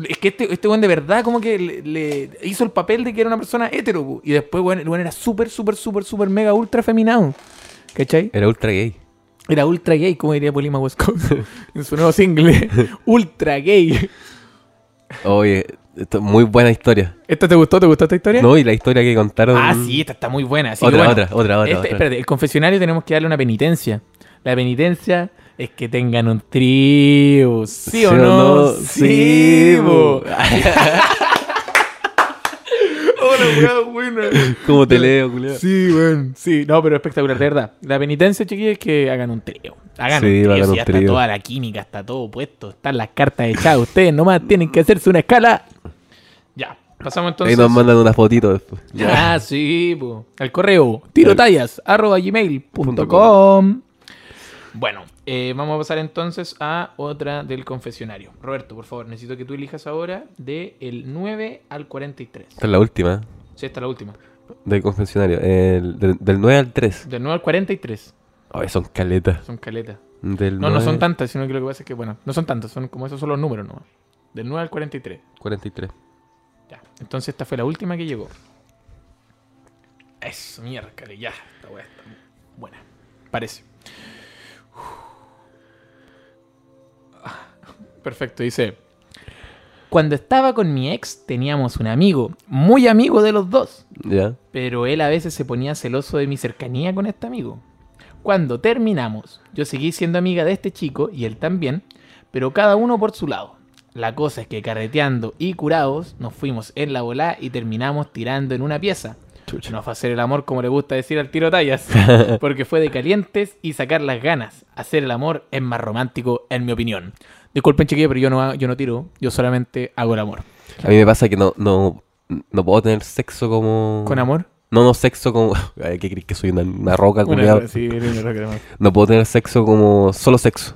Es que este, este weón de verdad como que le, le hizo el papel de que era una persona hétero po. y después weón, el weón era súper, súper, súper, súper mega ultra feminado. ¿Cachai? Era ultra gay. Era ultra gay, como diría Polima Wisconsin en su nuevo single. ultra gay. Oye, esto es muy buena historia. ¿Esta te gustó? ¿Te gustó esta historia? No, y la historia que contaron. Ah, sí, esta está muy buena. Así que Otra, bueno, otra, otra, otra, este- otra. Espérate, el confesionario tenemos que darle una penitencia. La penitencia es que tengan un trío. ¿Sí, o no? Sí, bo. bo. Hola, weón, buena. ¿Cómo te leo, culiao? Sí, bueno. Sí, no, pero espectacular, de verdad. La penitencia, chiquillos, es que hagan un trío. Hagan Sí, un trío, hagan si un ya está trío. toda la química, está todo puesto, están las cartas echadas. Ustedes nomás tienen que hacerse una escala. Ya, pasamos Ahí entonces. nos mandan unas fotitos después. Ah, sí, po. Al correo tirotallas arroba gmail punto Punto com. Bueno, eh, vamos a pasar entonces a otra del confesionario. Roberto, por favor, necesito que tú elijas ahora de el 9 al 43. Esta es la última Sí, esta es la última. del confesionario. El- del, del 9 al 3. Del 9 al 43. Oye, son caletas. Son caletas. Del No, no 9 son tantas, sino que lo que pasa es que, bueno, no son tantas, son como esos son los números nomás. Del 9 al 43. 43. Ya. Entonces esta fue la última que llegó. Eso, miércale, ya. Esta weá está buena. Parece. Perfecto, dice. Cuando estaba con mi ex teníamos un amigo, muy amigo de los dos. Ya. Pero él a veces se ponía celoso de mi cercanía con este amigo. Cuando terminamos, yo seguí siendo amiga de este chico y él también, pero cada uno por su lado. La cosa es que carreteando y curados nos fuimos en la bola y terminamos tirando en una pieza. Chucha. No fue hacer el amor como le gusta decir al tiro tallas, porque fue de calientes y sacar las ganas. Hacer el amor es más romántico, en mi opinión. Disculpen chiquillos, pero yo no, ha- yo no tiro, yo solamente hago el amor. A mí me pasa que no, no, no puedo tener sexo como. ¿Con amor? No, no, sexo como. Ay, ¿Qué crees que soy una, una roca, culiao? Una- sí, una roca de amor. No puedo tener sexo como. Solo sexo.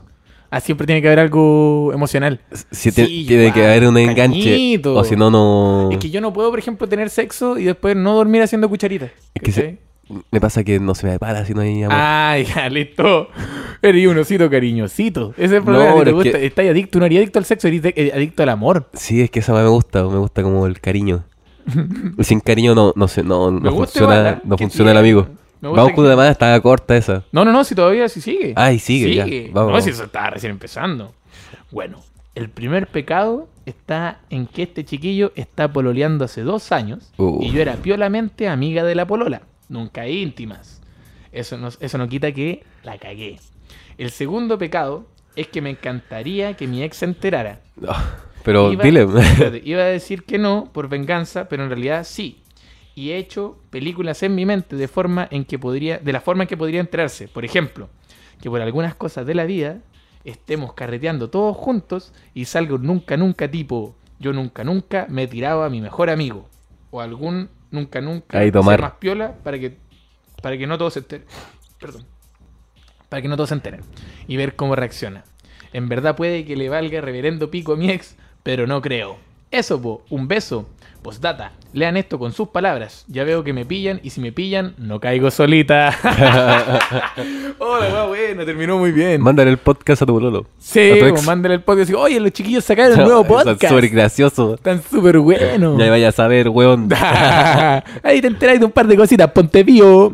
Ah, siempre tiene que haber algo emocional. Si Sí, tiene que igual, haber un enganche. cariñito. O si no, no. Es que yo no puedo, por ejemplo, tener sexo y después no dormir haciendo cucharitas. Es que se- ¿cachai? Me pasa que no se me para si no hay amor. Ay, ya, listo. Eres un osito cariñosito. Ese es el No, problema. que te pero es gusta. que- Estás adicto, no eres adicto al sexo, eres de- eh, adicto al amor. Sí, es que esa weá me gusta, me gusta como el cariño. Y sin cariño no, no sé, no, no gusta funciona, igual, ¿eh? no Que funciona el tiene- amigo. me gusta Vamos con que- una más, está corta esa. No, no, no, si todavía si sigue. Ay, Ah, sigue, ya, vamos. No, si eso estaba recién empezando. Bueno, el primer pecado está en que este chiquillo está pololeando hace dos años Uh. y yo era piolamente amiga de la polola, nunca íntimas. Eso no, eso no quita que la cagué. El segundo pecado es que me encantaría que mi ex se enterara. No, pero Iba- dile. espérate, iba a decir que no por venganza, pero en realidad sí. Y he hecho películas en mi mente de forma en que podría, de la forma en que podría enterarse. Por ejemplo, que por algunas cosas de la vida estemos carreteando todos juntos y salga un nunca nunca tipo yo nunca nunca me tiraba a mi mejor amigo o algún nunca nunca Ahí ser tomar. más piola para que para que no todos se enteren. Perdón. Para que no todos se enteren y ver cómo reacciona. En verdad puede que le valga reverendo pico a mi ex, pero no creo. Eso, po, un beso. Postdata, lean esto con sus palabras. Ya veo que me pillan y si me pillan, no caigo solita. Hola, weá, bueno, terminó muy bien. Mándale el podcast a tu bololo. sí, a tu po, ex. mándale el podcast. y digo, Oye, los chiquillos sacaron el nuevo podcast. Es súper gracioso. Están súper buenos. Ya vaya a saber, weón. Ahí te enteráis de un par de cositas, ponte pío.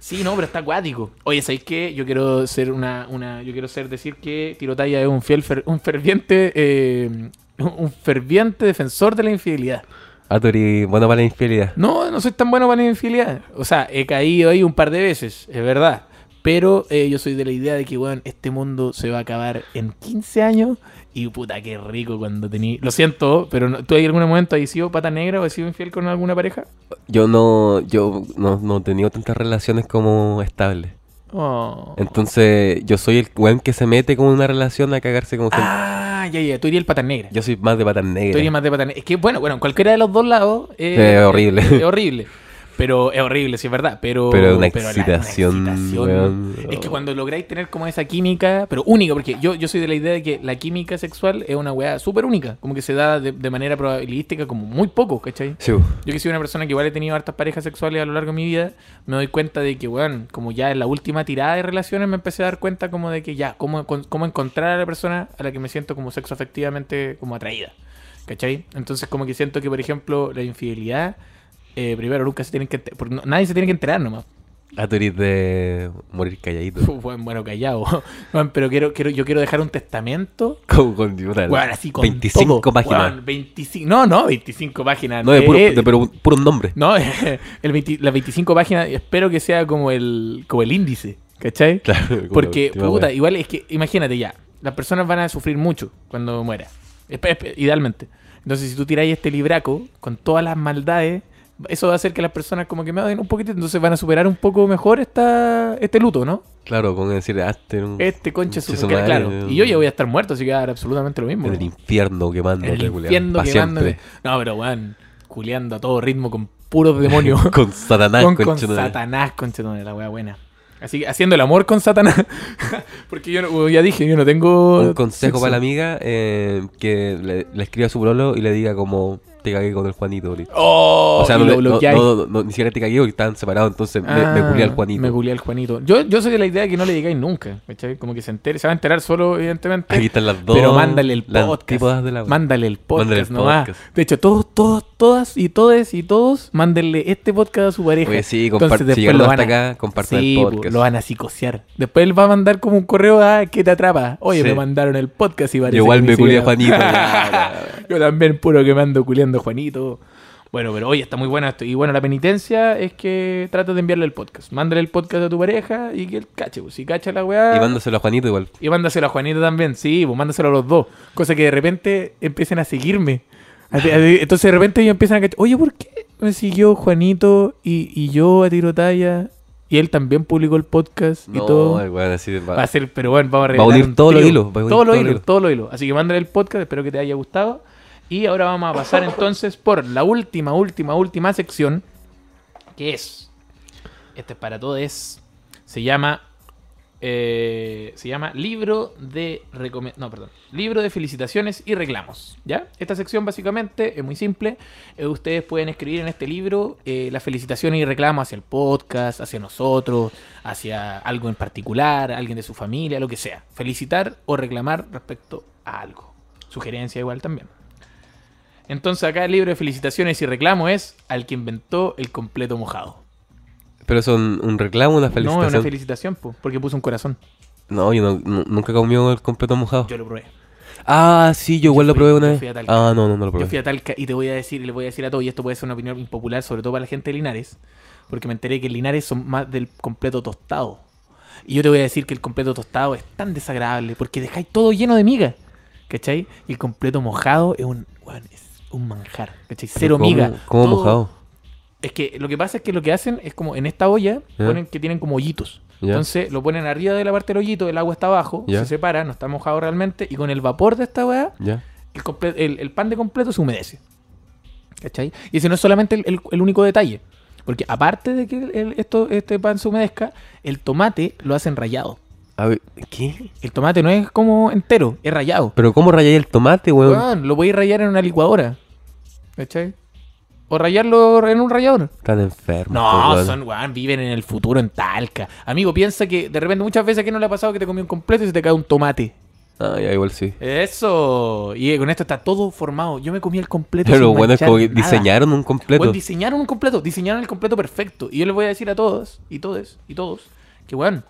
Sí, no, pero está acuático. Oye, ¿sabéis qué? Yo quiero ser una, una. Yo quiero ser decir que Tirotaya es un fiel fer- un ferviente, eh, un ferviente defensor de la infidelidad. Atori, bueno para la infidelidad. No, no soy tan bueno para la infidelidad. O sea, he caído ahí un par de veces, es verdad. Pero eh, yo soy de la idea de que, weón, este mundo se va a acabar en 15 años. Y puta, qué rico cuando tení. Lo siento, pero no- ¿tú en algún momento has sido pata negra o has sido infiel con alguna pareja? Yo no, yo no, no he tenido tantas relaciones como estables. Oh. Entonces, yo soy el weón que se mete con una relación a cagarse con gente. Ah, ya, ya, tú irías el pata negra. Yo soy más de patas Tú irías negras. más de pata negra. Es que, bueno, bueno, en cualquiera de los dos lados. eh, Es horrible. Es horrible. Pero es horrible, sí, es verdad. Pero, Pero una la- excitación, weón. Es que cuando lográis tener como esa química, pero única, porque yo, yo soy de la idea de que la química sexual es una weá súper única, como que se da de, de manera probabilística como muy poco, ¿cachai? Sí, bu. Yo que soy una persona que igual he tenido hartas parejas sexuales a lo largo de mi vida, me doy cuenta de que, weón, como ya en la última tirada de relaciones me empecé a dar cuenta como de que ya, cómo, con- cómo encontrar a la persona a la que me siento como sexo afectivamente como atraída. ¿Cachai? Entonces como que siento que, por ejemplo, la infidelidad, eh, primero nunca se tienen que... enter- porque no- nadie se tiene que enterar nomás. Atori de morir calladito. Fu, Bueno, bueno, callado. Bueno, pero quiero, quiero, yo quiero dejar un testamento. Con, con llorar. Bueno, así con 25 todo. páginas. Weón, 25, no, no, 25 páginas. no, de puro, Eh, de puro, puro nombre. No, el 20 las 25 páginas espero que sea como el, como el índice, ¿cachai? Claro, como la Porque, última puta, wea. igual es que, imagínate ya, las personas van a sufrir mucho cuando muera, Espe- espe- idealmente. Entonces, si tú tiráis este libraco con todas las maldades, eso va a hacer que las personas como que me odien un poquito, entonces van a superar un poco mejor esta, este luto, ¿no? Claro, con decir, hazte un. Este concha es Conche su su madre, claro. Y yo ya voy a estar muerto, así que va a dar absolutamente lo mismo. En el infierno quemando. En el culiao, infierno pa' quemándome. siempre. No, pero weón, culeando a todo ritmo con puros demonios. Con Satanás, con, con conchetumare. Satanás, conchetumare, la wea buena. Así que haciendo el amor con Satanás. Porque yo no- ya dije, yo no tengo. Un consejo sexo. para la amiga eh, que le, le escriba a su brolo y le diga como te cagué con el Juanito. ahorita". ¡Oh! o sea, Y no, lo le- no, bloqueáis. no- no- no, ni siquiera te cagué porque estaban separados, entonces me- me, Ah, culé al Juanito. Me culé al Juanito. Yo, yo soy de la idea de que no le digáis nunca. ¿cachai? Como que se entere. Se va a enterar solo, evidentemente. Aquí están las dos. Pero mándale el las podcast. antípodas de la wea. Mándale el podcast Mándale el nomás. podcast. De hecho, todos, todos, todas y todes y todos, mándenle este podcast a su pareja. Oye, Pues sí, compar- Entonces, si después llegaron lo hasta van a- acá, compartan Sí, el po, podcast. lo van a psicosear. Después él va a mandar como un correo a que te atrapa. Oye, Sí. me mandaron el podcast y parece Yo igual que me ni culé a siquiera- Juanito. ya, Yo también puro que me ando culeando a Juanito. Bueno, pero oye, está muy bueno esto. Y bueno, la penitencia es que trata de enviarle el podcast. Mándale el podcast a tu pareja y que él cache. pues. Si cacha la ya. weá. y mándaselo a Juanito igual. Y mándaselo a Juanito también, sí, pues mándaselo a los dos. Cosa que de repente empiecen a seguirme. A- a- Entonces de repente ellos empiezan a cachar, oye, ¿por qué me siguió Juanito y, y yo a Tirotaya? Y él también publicó el podcast y No, todo. el weón así de- Va a ser, pero bueno, vamos a Va a revelar unir un todos los trío. hilos, va a unir Todos los todos los hilos, hilos. todos los hilos. Así que mándale el podcast, espero que te haya gustado. Y ahora vamos a pasar entonces por la última, última, última sección. Que es. Este es para todos. Se llama. eh, se llama libro de recome- no perdón libro de felicitaciones y reclamos ya esta sección básicamente es muy simple eh, ustedes pueden escribir en este libro eh, las felicitaciones y reclamos hacia el podcast, hacia nosotros, hacia algo en particular, alguien de su familia, lo que sea. Felicitar o reclamar respecto a algo. Sugerencia igual también. Entonces acá el libro de felicitaciones y reclamos es al que inventó el completo mojado. Pero es un, un reclamo, una No, felicitación. es No, una felicitación po, porque puso un corazón. yo no- nu- nunca comí el completo mojado. Yo lo probé. Ah, sí, yo Yo igual lo fui- probé una yo vez. fui a Talca. Ah, no, no, no lo probé. Yo fui a Talca y te voy a decir, y le voy a decir a todos, y esto puede ser una opinión impopular, sobre todo para la gente de Linares, porque me enteré que en Linares son más del completo tostado. Y yo te voy a decir que el completo tostado es tan desagradable, porque dejáis todo lleno de miga, ¿cachai? Y el completo mojado es un, weón, es un manjar, ¿cachai? Cero Pero ¿cómo- miga. ¿Cómo todo- mojado? Es que lo que pasa es que lo que hacen es como en esta olla, Ya. ponen que tienen como hoyitos. Ya. Entonces lo ponen arriba de la parte del hoyito, el agua está abajo, Ya. se separa, no está mojado realmente, y con el vapor de esta weá ¿Ya? el, comple- el- el pan de completo se humedece. ¿Cachai? Y ese no es solamente el, el- el único detalle. Porque aparte de que el- el- esto, este pan se humedezca, el tomate lo hacen rayado. A ver, ¿qué? El tomate no es como entero, es rayado. ¿Pero cómo rayáis el tomate, weón? Ah. Weón, lo podéis rayar en una licuadora. ¿Cachai? O rayarlo en un rayador. Están enfermos. po, No, pues, weón. son, weón, viven en el futuro en Talca. Amigo, piensa que de repente muchas veces que no le ha pasado que te comió un completo y se te cae un tomate. Ah, ya, igual sí. Eso. Y eh, con esto está todo formado. Yo me comí el completo. Pero sin bueno, es como que manchar nada. diseñaron un completo. Weón, diseñaron un completo, diseñaron el completo perfecto. Y yo les voy a decir a todos, y todes, y todos, que weón,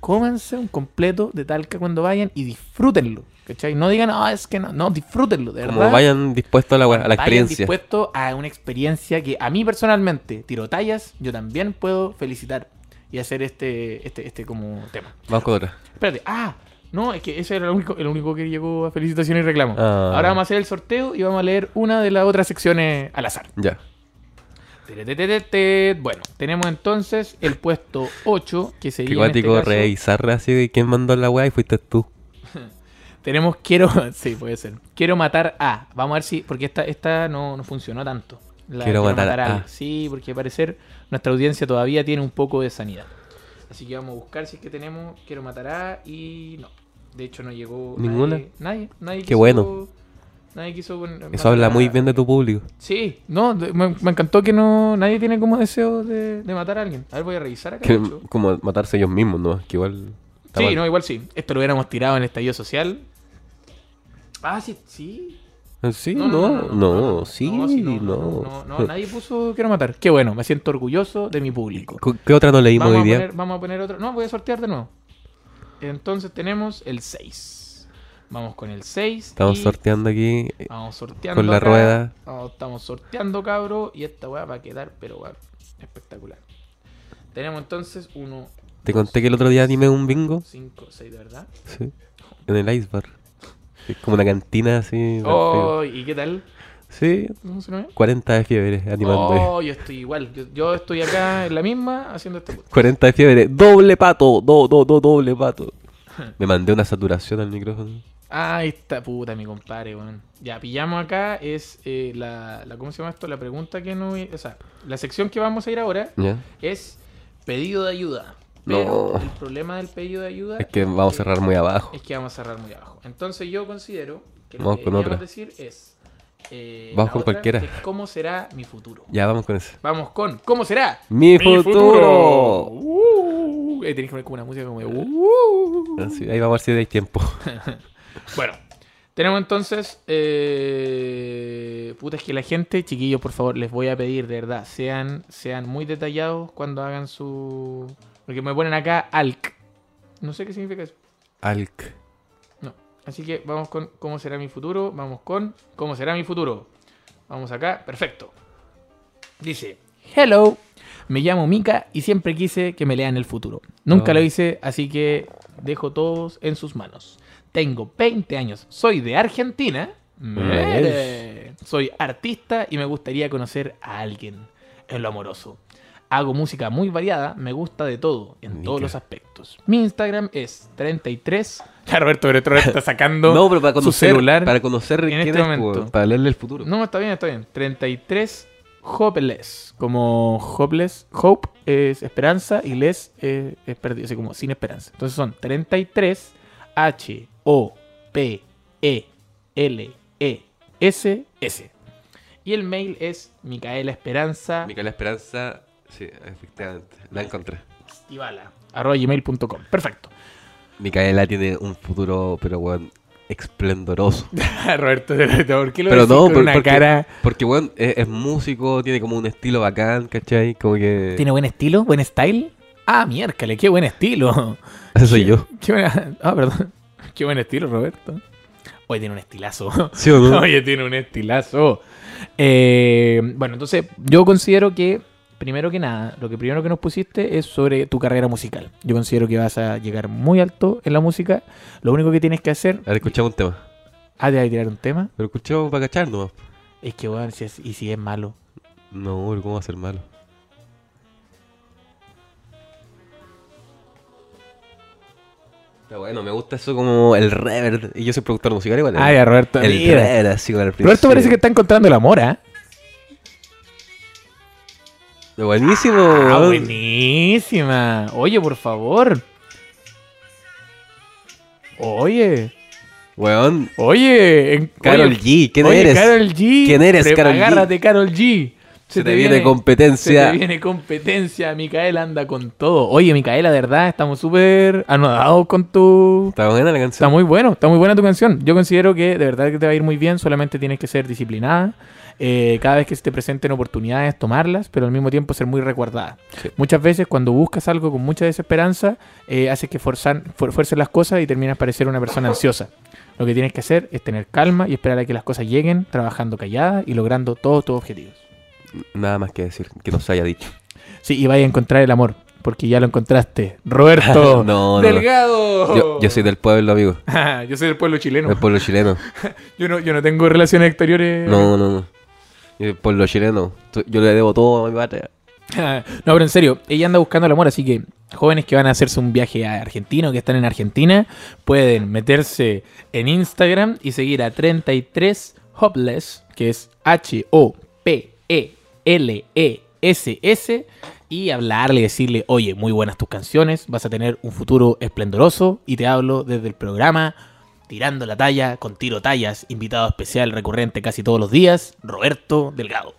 cómanse un completo de talca cuando vayan y disfrútenlo. ¿Cachai? No digan, ah, es que no. No, disfrútenlo, de Como verdad. vayan dispuestos a la, a la experiencia. Vayan dispuesto a una experiencia que a mí personalmente, tirotallas, yo también puedo felicitar y hacer este, este, este como tema. Vamos con otra. Espérate, ah, no, es que ese era el único, el único que llegó a felicitaciones y reclamo. Ah. Ahora vamos a hacer el sorteo y vamos a leer una de las otras secciones al azar. Ya. Teretetetete. Bueno, tenemos entonces el puesto 8, que sería. Qué en este cuático caso- revisar así de quién mandó la weá y fuiste tú. Tenemos quiero. Sí, puede ser. Quiero matar a. Vamos a ver si. Porque esta, esta no, no funcionó tanto. La Quiero matar a. Sí, porque al parecer nuestra audiencia todavía tiene un poco de sanidad. Así que vamos a buscar si es que tenemos quiero matar a y no. De hecho no llegó ¿Ninguna? Nadie, nadie, nadie Qué bueno. Nadie quiso poner- matar Eso habla a- muy bien de tu público. Sí, no, de- me, me encantó que no nadie tiene como deseo de, de matar a alguien. A ver, voy a revisar acá. Que, de hecho. como matarse ellos mismos, ¿no? Que igual. está Sí, mal. no, igual sí. Esto lo hubiéramos tirado en el estallido social. Ah, sí, sí. Sí, no, no, sí, no. no, no, nadie puso quiero matar. Qué bueno, me siento orgulloso de mi público. ¿Qué- ¿Qué otra no leímos Vamos a, hoy día? poner, vamos a poner otro. No, voy a sortear de nuevo. Entonces tenemos el 6. Vamos con el 6. Estamos y sorteando aquí. Vamos sorteando. con la rueda. Vamos- estamos sorteando, cabro. Y esta weá va a quedar, pero weá, espectacular. Tenemos entonces 1, Te conté que el otro día animé un bingo. 5, 6, de verdad. Sí. En el Ice Bar. Es como una cantina así. Oh, ¿y qué tal? Sí, ¿Cómo se llama? 40 de fiebre animando. ahí. Oh, yo estoy igual. Yo, yo estoy acá en la misma haciendo este podcast. 40 de fiebre. Doble pato. Do, do, do, doble pato. Me mandé una saturación al micrófono. Ah, Ahí está, puta, mi compadre, weón. Ya, pillamos acá. Es eh, la, la. ¿Cómo se llama esto? La pregunta que no. O sea, la sección que vamos a ir ahora ¿Ya? es pedido de ayuda. No. Pero el problema del pedido de ayuda. Es que vamos a que- cerrar muy abajo. Es que vamos a cerrar muy abajo. Entonces yo considero que lo Vamos que con deberíamos otra. decir es. eh, Vamos la con otra, cualquiera. que es ¿Cómo será mi futuro? Ya, vamos con eso. Vamos con. ¿Cómo será? ¡Mi, futuro! Uh, eh, tenés que poner como una música como de. uh. Así, Ah, ahí vamos a ver si hay tiempo. Bueno, tenemos entonces. Eh... Puta, es que la gente, chiquillos, por favor, les voy a pedir, de verdad, sean, sean muy detallados cuando hagan su. Porque me ponen acá ALC. No sé qué significa eso. Alc. No. Así que vamos con cómo será mi futuro. Vamos con cómo será mi futuro. Vamos acá. Perfecto. Dice, hello. Me llamo Mika y siempre quise que me lean el futuro. Nunca Oh. lo hice, así que dejo todos en sus manos. Tengo 20 años, soy de Argentina. Mere. Soy artista y me gustaría conocer a alguien en lo amoroso. Hago música muy variada, me gusta de todo, en Mira. todos los aspectos. Mi Instagram es 33. Ya Roberto Bertrand está sacando. No, pero para su conocer, celular para conocer en quién este es, momento. po, para leerle el futuro. No, está bien, está bien. 33 hopeless. Como hopeless, hope es esperanza y les eh, es perdido, así como sin esperanza. Entonces son 33 H O P E L E S S. Y el mail es Micaela Esperanza Micaela Esperanza, sí, efectivamente, la encontré. gmail.com. Perfecto. Micaela tiene un futuro, pero weón, esplendoroso. Roberto, ¿por qué lo pero decís no, con por- una porque, cara? porque weón es, es músico, tiene como un estilo bacán, ¿cachai? Como que... ¿Tiene buen estilo? ¿Buen style? Ah, miércale, qué buen estilo. Ese soy yo. Qué buena- Ah, perdón. Qué buen estilo, Roberto. Oye, tiene un estilazo. ¿Sí o no? Oye, tiene un estilazo. Eh, bueno, entonces, yo considero que, primero que nada, lo que primero que nos pusiste es sobre tu carrera musical. Yo considero que vas a llegar muy alto en la música. Lo único que tienes que hacer, A ver, escuchamos un tema. ah, de ahí tirar un tema, Pero escuchamos para cachar nomás. es que, bueno, si es- y si es malo. No, pero ¿cómo va a ser malo? Pero bueno, me gusta eso como el reverb. Y yo soy productor musical igual. ¿eh? Ay, a Roberto. el Ah, mira. reverb así con el Roberto principio. parece que está encontrando el amor, ¿ah? Buenísimo. Ah, weón. buenísima. Oye, por favor. Oye. Weón. Oye, en- Karol oye, G, ¿quién oye, eres? Karol G. ¿Quién eres, pre- Karol G? Agárrate, Karol G. Se te viene competencia. Se te viene competencia. Micaela anda con todo. Oye, Micaela, de verdad, estamos súper anodados con tu. Está buena la Está canción. muy bueno, está muy buena tu canción. Yo considero que de verdad que te va a ir muy bien, solamente tienes que ser disciplinada. eh, cada vez que se te presenten oportunidades, tomarlas, pero al mismo tiempo ser muy recuerdada. Sí. Muchas veces cuando buscas algo con mucha desesperanza, eh, haces que forzan, fuer- fuerces las cosas y terminas parecer una persona ansiosa. Lo que tienes que hacer es tener calma y esperar a que las cosas lleguen, trabajando callada y logrando todos tus objetivos. Nada más que decir que nos haya dicho. Sí, y vaya a encontrar el amor, porque ya lo encontraste. Roberto No, no, no. Delgado. Yo, yo soy del pueblo, amigo. Yo soy del pueblo chileno. Del pueblo chileno. Yo no, yo no tengo relaciones exteriores. No, no, no. Yo soy del pueblo chileno. Tú- Yo le debo todo a mi patria. no, pero en serio, ella anda buscando el amor, así que jóvenes que van a hacerse un viaje a Argentina o que están en Argentina, pueden meterse en Instagram y seguir a 33 Hopeless, que es E H-O-P-E-L-E-S-S, E y hablarle y decirle, oye, muy buenas tus canciones, vas a tener un futuro esplendoroso y te hablo desde el programa. Tirando la talla, con tiro tallas, invitado especial recurrente casi todos los días, Roberto Delgado.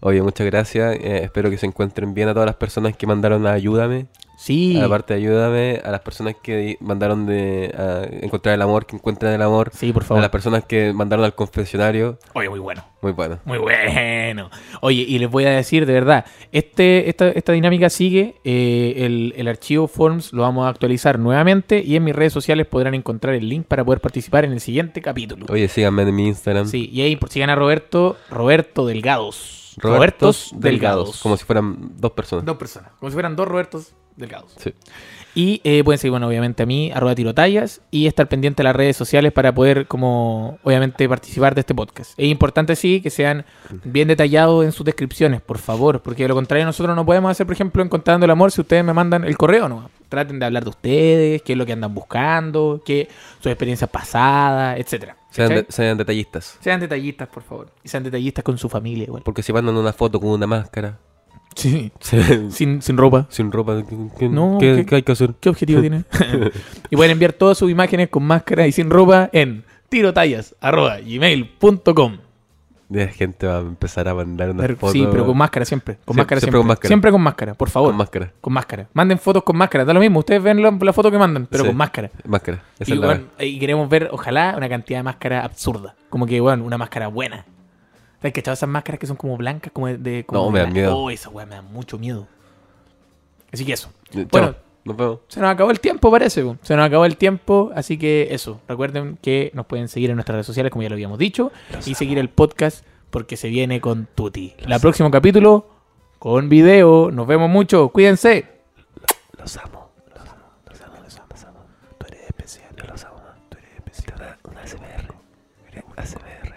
Oye, muchas gracias. eh, espero que se encuentren bien a todas las personas que mandaron a Ayúdame. Sí. A la parte de Ayúdame. A las personas que mandaron de a encontrar el amor, que encuentran el amor. Sí, por A favor. las personas que mandaron al confesionario. Oye, muy bueno. Muy bueno. Muy bueno. Oye, y les voy a decir, de verdad, este, esta, esta dinámica sigue. eh, el, el archivo Forms lo vamos a actualizar nuevamente y en mis redes sociales podrán encontrar el link para poder participar en el siguiente capítulo. Oye, síganme en mi Instagram. Sí, y ahí por si gana Roberto, Roberto Delgados. Robertos Delgados. Como si fueran dos personas. Dos personas. Como si fueran dos Robertos Delgados. Sí. Y eh, pueden seguir, bueno, obviamente a mí, arroba tirotallas, y estar pendiente de las redes sociales para poder, como, obviamente, participar de este podcast. Es importante, sí, que sean bien detallados en sus descripciones, por favor, porque de lo contrario nosotros no podemos hacer, por ejemplo, Encontrando el Amor si ustedes me mandan el correo no. Traten de hablar de ustedes, qué es lo que andan buscando, qué sus experiencias pasadas, etcétera. Sean, ¿Cachai? de- sean detallistas. Sean detallistas, por favor. Y sean detallistas con su familia igual. Porque si mandan una foto con una máscara, Sí. se ven Sin, sin ropa. sin ropa, ¿qué, qué- No, qué- ¿qué- qué hay que hacer? ¿Qué objetivo tiene? y pueden enviar todas sus imágenes con máscara y sin ropa en tirotallas.gmail.com La gente va a empezar a mandar unas fotos. Sí, pero con weón, máscara siempre. Con Sie- máscara siempre. siempre con máscara. Siempre con máscara, por favor. con máscara. Con máscara. Manden fotos con máscara. Da lo mismo. Ustedes ven la, la foto que mandan, pero Sí. con máscara. Máscara. Esa Y, es la bueno, weá. y queremos ver, ojalá, una cantidad de máscara absurda. Como que, bueno, una máscara buena. ¿Sabes cachado esas máscaras que son como blancas? Como de, de- como No, me de- dan miedo. Oh, esa weá me da mucho miedo. Así que eso. Chao, bueno. nos vemos. Se nos acabó el tiempo, parece. po. Se nos acabó el tiempo, así que eso. Recuerden que nos pueden seguir en nuestras redes sociales, como ya lo habíamos dicho, y seguir el podcast porque se viene con Tuti. La próximo capítulo con video. Nos vemos mucho. Cuídense. Los amo. Los amo. Los amo. Los amo. Tú eres especial. Yo los amo. Tú eres especial. Una ACMR. ACMR.